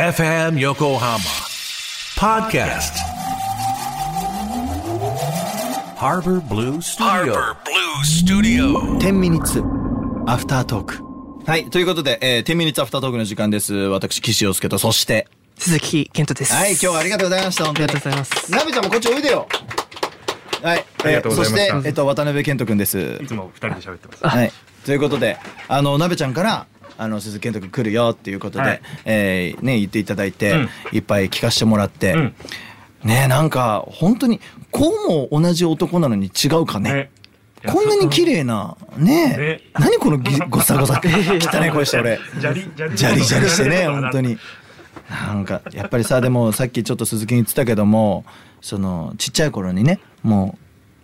FM Yokohama Podcast Harbor Blue Studio Harbor Blue Studio. 10ミニッツアフタートークはい。ということで、えー、10ミニッツアフタートークの時間です。私、岸洋介と、そして。鈴木健人ですはい、今日はありがとうございました。本当にありがとうございますなべちゃんもこっちおいでよ。はい。ありがとうございましたえーそして、えっと、渡辺健人くんですい。つも二人で喋ってます。はい。ということで、あの、なべちゃんから、あの、鈴木健人くん来るよっていうことで、はいえーね、言っていただいて、うんいっぱい聞かせてもらって、うんね、なんか、本当に、こうも同じ男なのに違うかね。ね。こんなに綺麗な、ねえ、ね何このぎごさご さ、汚い声して俺。砂利砂利ジャリジャリして ね、本当に。なんか、やっぱりさ、でもさっきちょっと鈴木に言ってたけども、その、ちっちゃい頃にね、も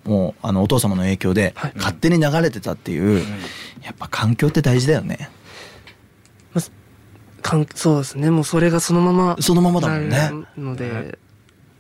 う、もう、あの、お父様の影響で、勝手に流れてたっていう、やっぱ環境って大事だよね。かんそうですねもうそれがそのままそのままだもんねなるので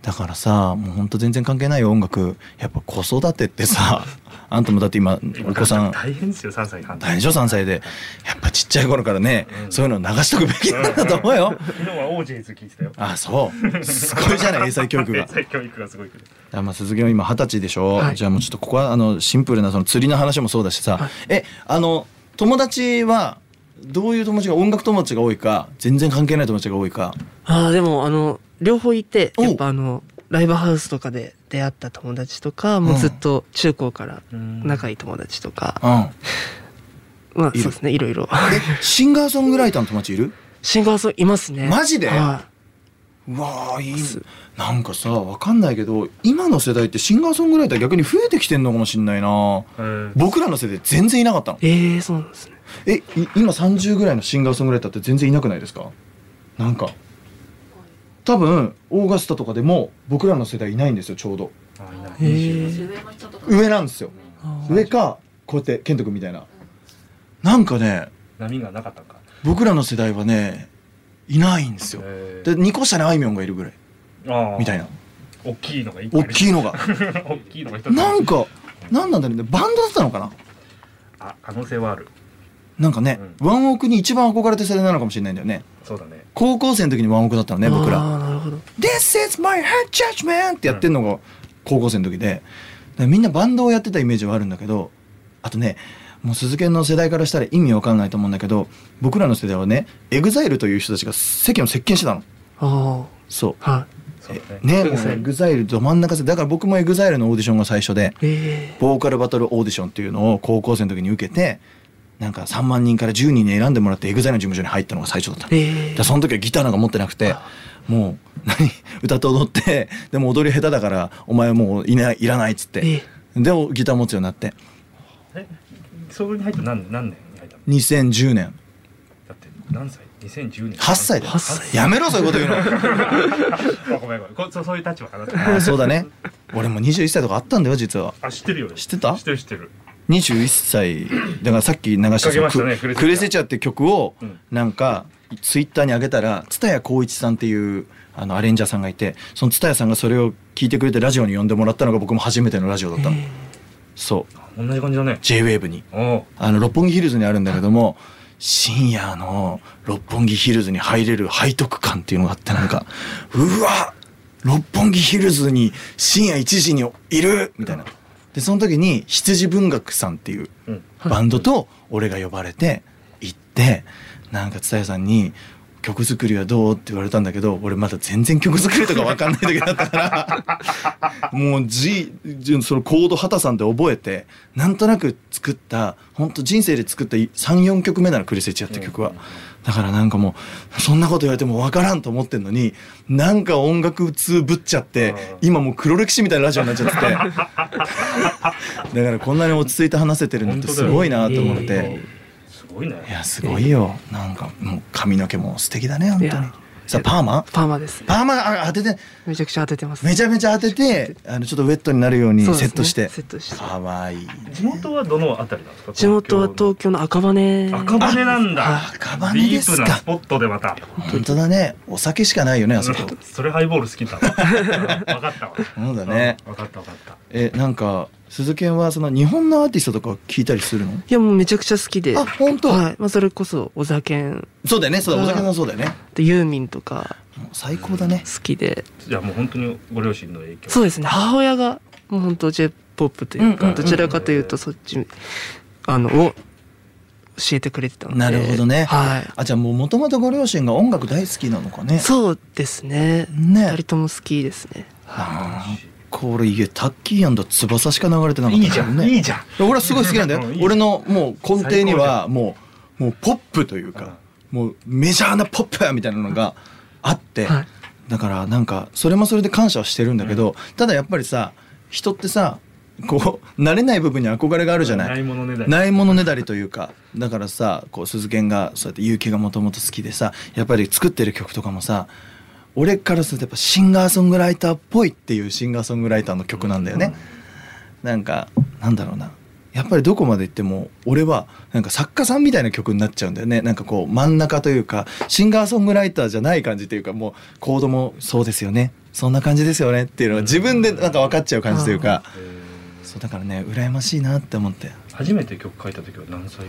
だからさ、もうほんと全然関係ないよ、音楽。やっぱ子育てって さ、あんたもだって今、お子さん、大変ですよ、三歳半。大変でしょ、3歳で。やっぱちっちゃい頃からね、そういうの流しとくべきなんだと思うよ。昨日は OJ ズ聞いてたよ。あ、そう。すごいじゃない、英才教育 が英。才教育がすごいけど。あまあ、鈴木も今二十歳でしょ、はいじゃあもうちょっとここはあのシンプルなその釣りの話もそうだしさ、えあの友達はどういう友達が音楽友達が多いか全然関係ない友達が多いかああでもあの両方いておやっぱあのライブハウスとかで出会った友達とかもうずっと中高からうん仲いい友達とか、うんまあいるそうですねいろいろ えシンガーソングライターの友達いるシンガーソングいますねマジではうわーいいなんかさわかんないけど今の世代ってシンガーソングライター逆に増えてきてんのかもしんないなうん僕らの世代全然いなかったのいええそうなんですねえい今30ぐらいのシンガーソングライターって全然いなくないですかなんか多分オーガスタとかでも僕らの世代いないんですよちょうどあいないえー上なんですよあー上かこうやって健人君みたいななんかね波がなかったのか。僕らの世代はねいないんですよえで2個下にあいみょんがいるぐらいーみたい。なあー大きいのが一個大ある。きいのが 大きいのが一つ。なんかなんなんだろうねバンドだったのかなあ可能性はある。なんかね、ワンオクに一番憧れて世代なのかもしれないんだよねそうだね。高校生の時にワンオクだったのね僕らああなるほど This is my head judgment! ってやってんのが高校生の時で、だからみんなバンドをやってたイメージはあるんだけど、あとね、もう鈴研の世代からしたら意味わかんないと思うんだけど、僕らの世代はね、エグザイルという人たちが世間を席巻してたの。あそうあはいそうだね。ね、 EXILE エグザイルど真ん中世代だから僕もエグザイルのオーディションが最初で、えボーカルバトルオーディションっていうのを高校生の時に受けて、なんか3万人から10人に選んでもらってエグザイルの事務所に入ったのが最初だったのええだからその時はギターなんか持ってなくてもう何 歌って踊ってでも踊り下手だからお前はもういないいらないっつってえでギター持つようになってえそこに入った何何年に入ったの？ 2010年だって何歳？2010年。 8歳だよ8歳やめろそういうこと言う あごめんごめんこ。そうそういう立場かな と。のあそうだね俺も21歳とかあったんだよ実はあ知ってるよ。知ってた知ってる知ってる。 21歳だからさっき流したかけましたねそのククレレセセチチャ」って曲をうんなんかツイッターに上げたら蔦谷光一さんっていうあのアレンジャーさんがいてその蔦谷さんがそれを聞いてくれてラジオに呼んでもらったのが僕も初めてのラジオだったのええそう同じ感じだね。 JWAVE におお。あの六本木ヒルズにあるんだけども深夜の六本木ヒルズに入れる背徳感っていうのがあってなんかうわ六本木ヒルズに深夜1時にいるみたいなでその時に羊文学さんっていううん。バンドと俺が呼ばれて行ってなんか蔦谷さんに「曲作りはどう?」って言われたんだけど俺まだ全然曲作りとか分かんない時だったからもう G そのコード畑さんで覚えてなんとなく作った本当人生で作った34曲目なの「クリセチア」って曲は。だからなんかもうそんなこと言われても分からんと思ってんのになんか音楽通ぶっちゃってうん今もう黒歴史みたいなラジオになっちゃってて。だからこんなに落ち着いて話せてるのってすごいなと思っ本当だて。すごいね。いや、すごいよ。なんか、もう髪の毛も素敵だね、本当にいや。さ、パーマパーマですパーマあ当てて、めちゃくちゃ当ててますめちゃめちゃ当てて、あの、ちょっとウェットになるようにそうですセねットして。セットしてかわいい。地元はどのあたりなんですか。地元は東京の赤羽京の。赤羽なんだ。あ赤羽ですかディープなスポットでまた。本当だね。お酒しかないよね、あそこ。 それハイボール好きだわ。分かったわ。そうだねうん。分かった分かった。えなんか鈴研はその日本のアーティストとか聞いたりするのいやもうめちゃくちゃ好きであ本当はいまあ、それこそ小沢健そうだよねそうだうんお酒もそうだよねでユーミンとかもう最高だね好きでじゃあもう本当にご両親の影響そうですね母親がもう本当 j p o p というか、うんうんうんどちらかというとそっちあのを教えてくれてたのでなるほどねはいあじゃあもうもともとご両親が音楽大好きなのかねそうですねね二人とも好きですねあーこれ家タッキー翼しか流れてなかったいいじゃんねいいじゃんや俺はすごい好きなんだよ、うんいい俺のもう根底にはもうもうポップというか、もうメジャーなポップみたいなのがあって、はいだからなんかそれもそれで感謝はしてるんだけど、ただやっぱりさ人ってさこう慣れない部分に憧れがあるじゃない。ないものねだりないものねだりというかだからさこう鈴研がそうやって結城がもともと好きでさやっぱり作ってる曲とかもさ俺からするとやっぱシンガーソングライターっぽいっていうシンガーソングライターの曲なんだよね。なんかなんだろうなやっぱりどこまで行っても俺はなんか作家さんみたいな曲になっちゃうんだよねなんかこう真ん中というかシンガーソングライターじゃない感じというかもうコードもそうですよねそんな感じですよねっていうのは自分でなんか分かっちゃう感じというかえそうだからね羨ましいなって思ってー初めて曲書いた時は何歳ぐらい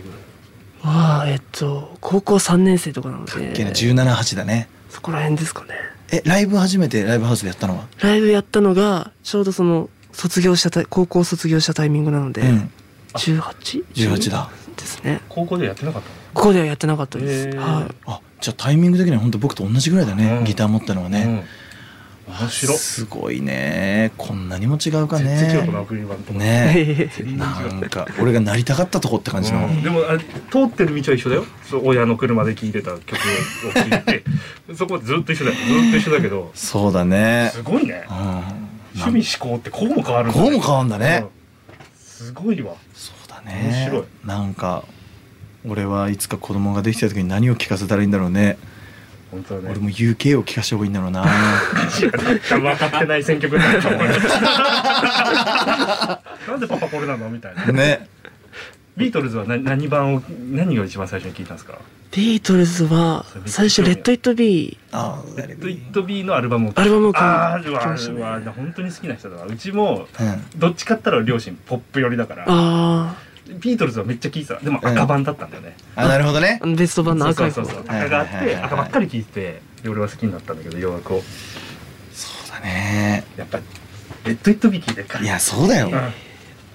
わあえっと高校3年生とかなのかっでけえな178だねそこら辺ですかねえライブ初めてライブハウスでやったのは、ライブやったのがちょうどその卒業したタイ高校卒業したタイミングなので、うん、 18 18だですね高校でやってなかったここではやってなかったです、へーはあじゃあタイミング的には本当僕と同じぐらいだね、うんギター持ったのはのね、、うん、面白すごいねこんなにも違うかね絶対違うこのアクリル板とかね いなんか俺がなりたかったとこって感じの、うんでもあれ通ってる道は一緒だよそう親の車で聴いてた曲を聴いてそこずっと一緒だよずっと一緒だけどそうだね、すごいねうん、趣味嗜好ってこうも変わるこうも変わんだね、うんすごいわそうだね面白いなんか俺はいつか子供ができた時に何を聞かせたらいいんだろうね本当だ俺ねも UK を聞かした方がいいんだろう な分かってない選曲になると思うよなんでパパこれなのみたいなねビートルズは何何番を何を一番最初に聞いたんですかビートルズは最初「レッド・イット・ビーあ「レッド・イット・ビー」のアルバムをアルバムを買うあーう買いわましたうねわ本当に好きな人だわうちもうんどっちかったら両親ポップ寄りだか」らあビートルズはめっちゃ聞いてたでも赤版だったんだよね、あなるほどねあベスト版の赤いそ方うそうそうはい赤があっはいはいてはい赤ばっかり聞いてで俺は好きになったんだけど洋楽をそうだねやっぱレッド・イット・ビー聞いてるからいやそうだようん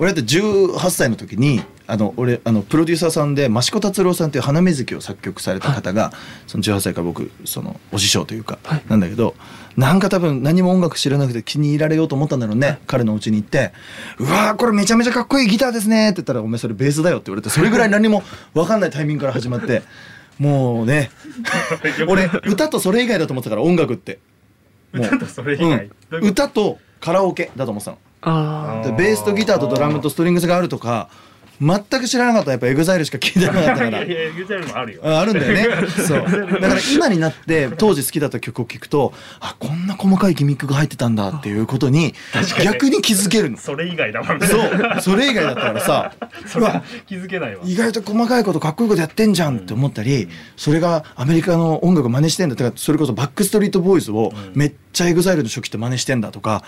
俺だって18歳の時にあの俺あのプロデューサーさんで益子達郎さんという「花水木」を作曲された方が、その18歳から僕そのお師匠というか、はいなんだけどなんか多分何も音楽知らなくて気に入られようと思ったんだろうね、彼のお家に行って「うわーこれめちゃめちゃかっこいいギターですね」って言ったら「お前それベースだよ」って言われてそれぐらい何も分かんないタイミングから始ま ってもうね俺歌とそれ以外だと思ってたから音楽って。もう歌とそれ以外どうういん、うこと歌とカラオケだと思ってたの。ああーベースとギターとドラムとストリングスがあるとか全く知らなかったらやっぱエグザイルしか聞いてなかったかいらやい。や YouTube もあるよああるんだよねそうだから今になって当時好きだった曲を聴くとあこんな細かいギミックが入ってたんだっていうことに逆に気づけるのそそれ以外だもんねうそれ以外だったからさ そうれわは気づけないわ意外と細かいことかっこいいことやってんじゃんって思ったり、それがアメリカの音楽真似してんだとかそれこそバックストリートボーイズをめっちゃエグザイルの初期って真似してんだとか、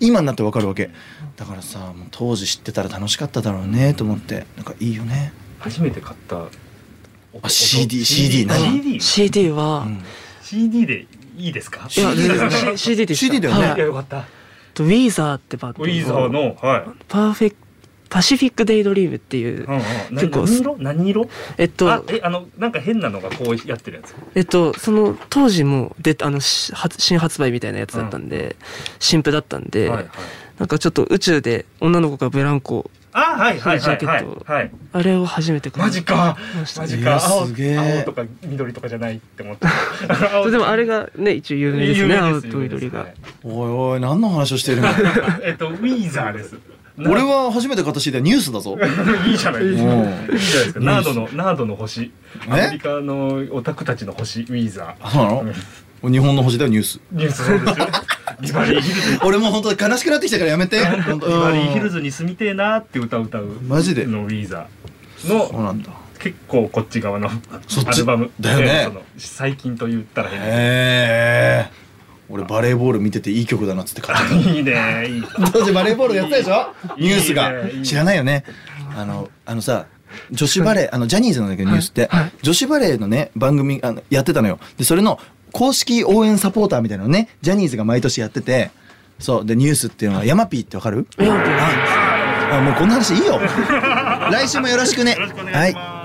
今になってわかるわけだからさもう当時知ってたら楽しかっただろうねと思ってなんかいいよね初めて買ったおあ CD お CD 何 CD あ CD は、 CD でいいですかいや CD 全然 CD でした CD だよねはいいやよかったとウィーザーってバッドウィーザーのはいパーフェクパシフィック・デイ・ドリームっていう、うんうん結何構何色何色えっあとえあのなんか変なのがこうやってるやつえっとその当時もであのし発新発売みたいなやつだったんで、新譜だったんで、はいはいなんかちょっと宇宙で女の子がブランコあはいはいそはういジャケはいットはいあれを初めて買いマましジたかましたマねジいやか青すげえ青とか緑とかじゃないって思って そうでもあれがね一応有名ですね青と有名です緑がはいおいおい何の話をしてる のえっとウィーザーです俺は初めて形でニュースだぞいいじゃないですか。うんいいじゃないですか。ナードの、ナードの星。えアメリカのオタクたちの星、ウィーザあそうなの日本の星ではニュースー。ニュースそうですよ。ビバリーヒルズ。俺もう本当悲しくなってきたからや めて本ビバリーヒ当ルズに住みてえなーって歌を歌う。マジでのウィーザー。そうの、なんだ結構こっち側のそっちアルバム。だよねえーその最近と言ったら変だけどへえ俺バレーボール見てていい曲だなっつって買って いいねいいた当時バレーボールやったでしょいいニュースがいいね知らないよねあのあのさ女子バレーあのジャニーズなんだけどニュースって、女子バレーのね番組あのやってたのよでそれの公式応援サポーターみたいなのねジャニーズが毎年やっててそうでニュースっていうのはヤマピーってわかるヤマピー ああもうこんな話いいよ来週もよろしくねよろしくお願いしますはい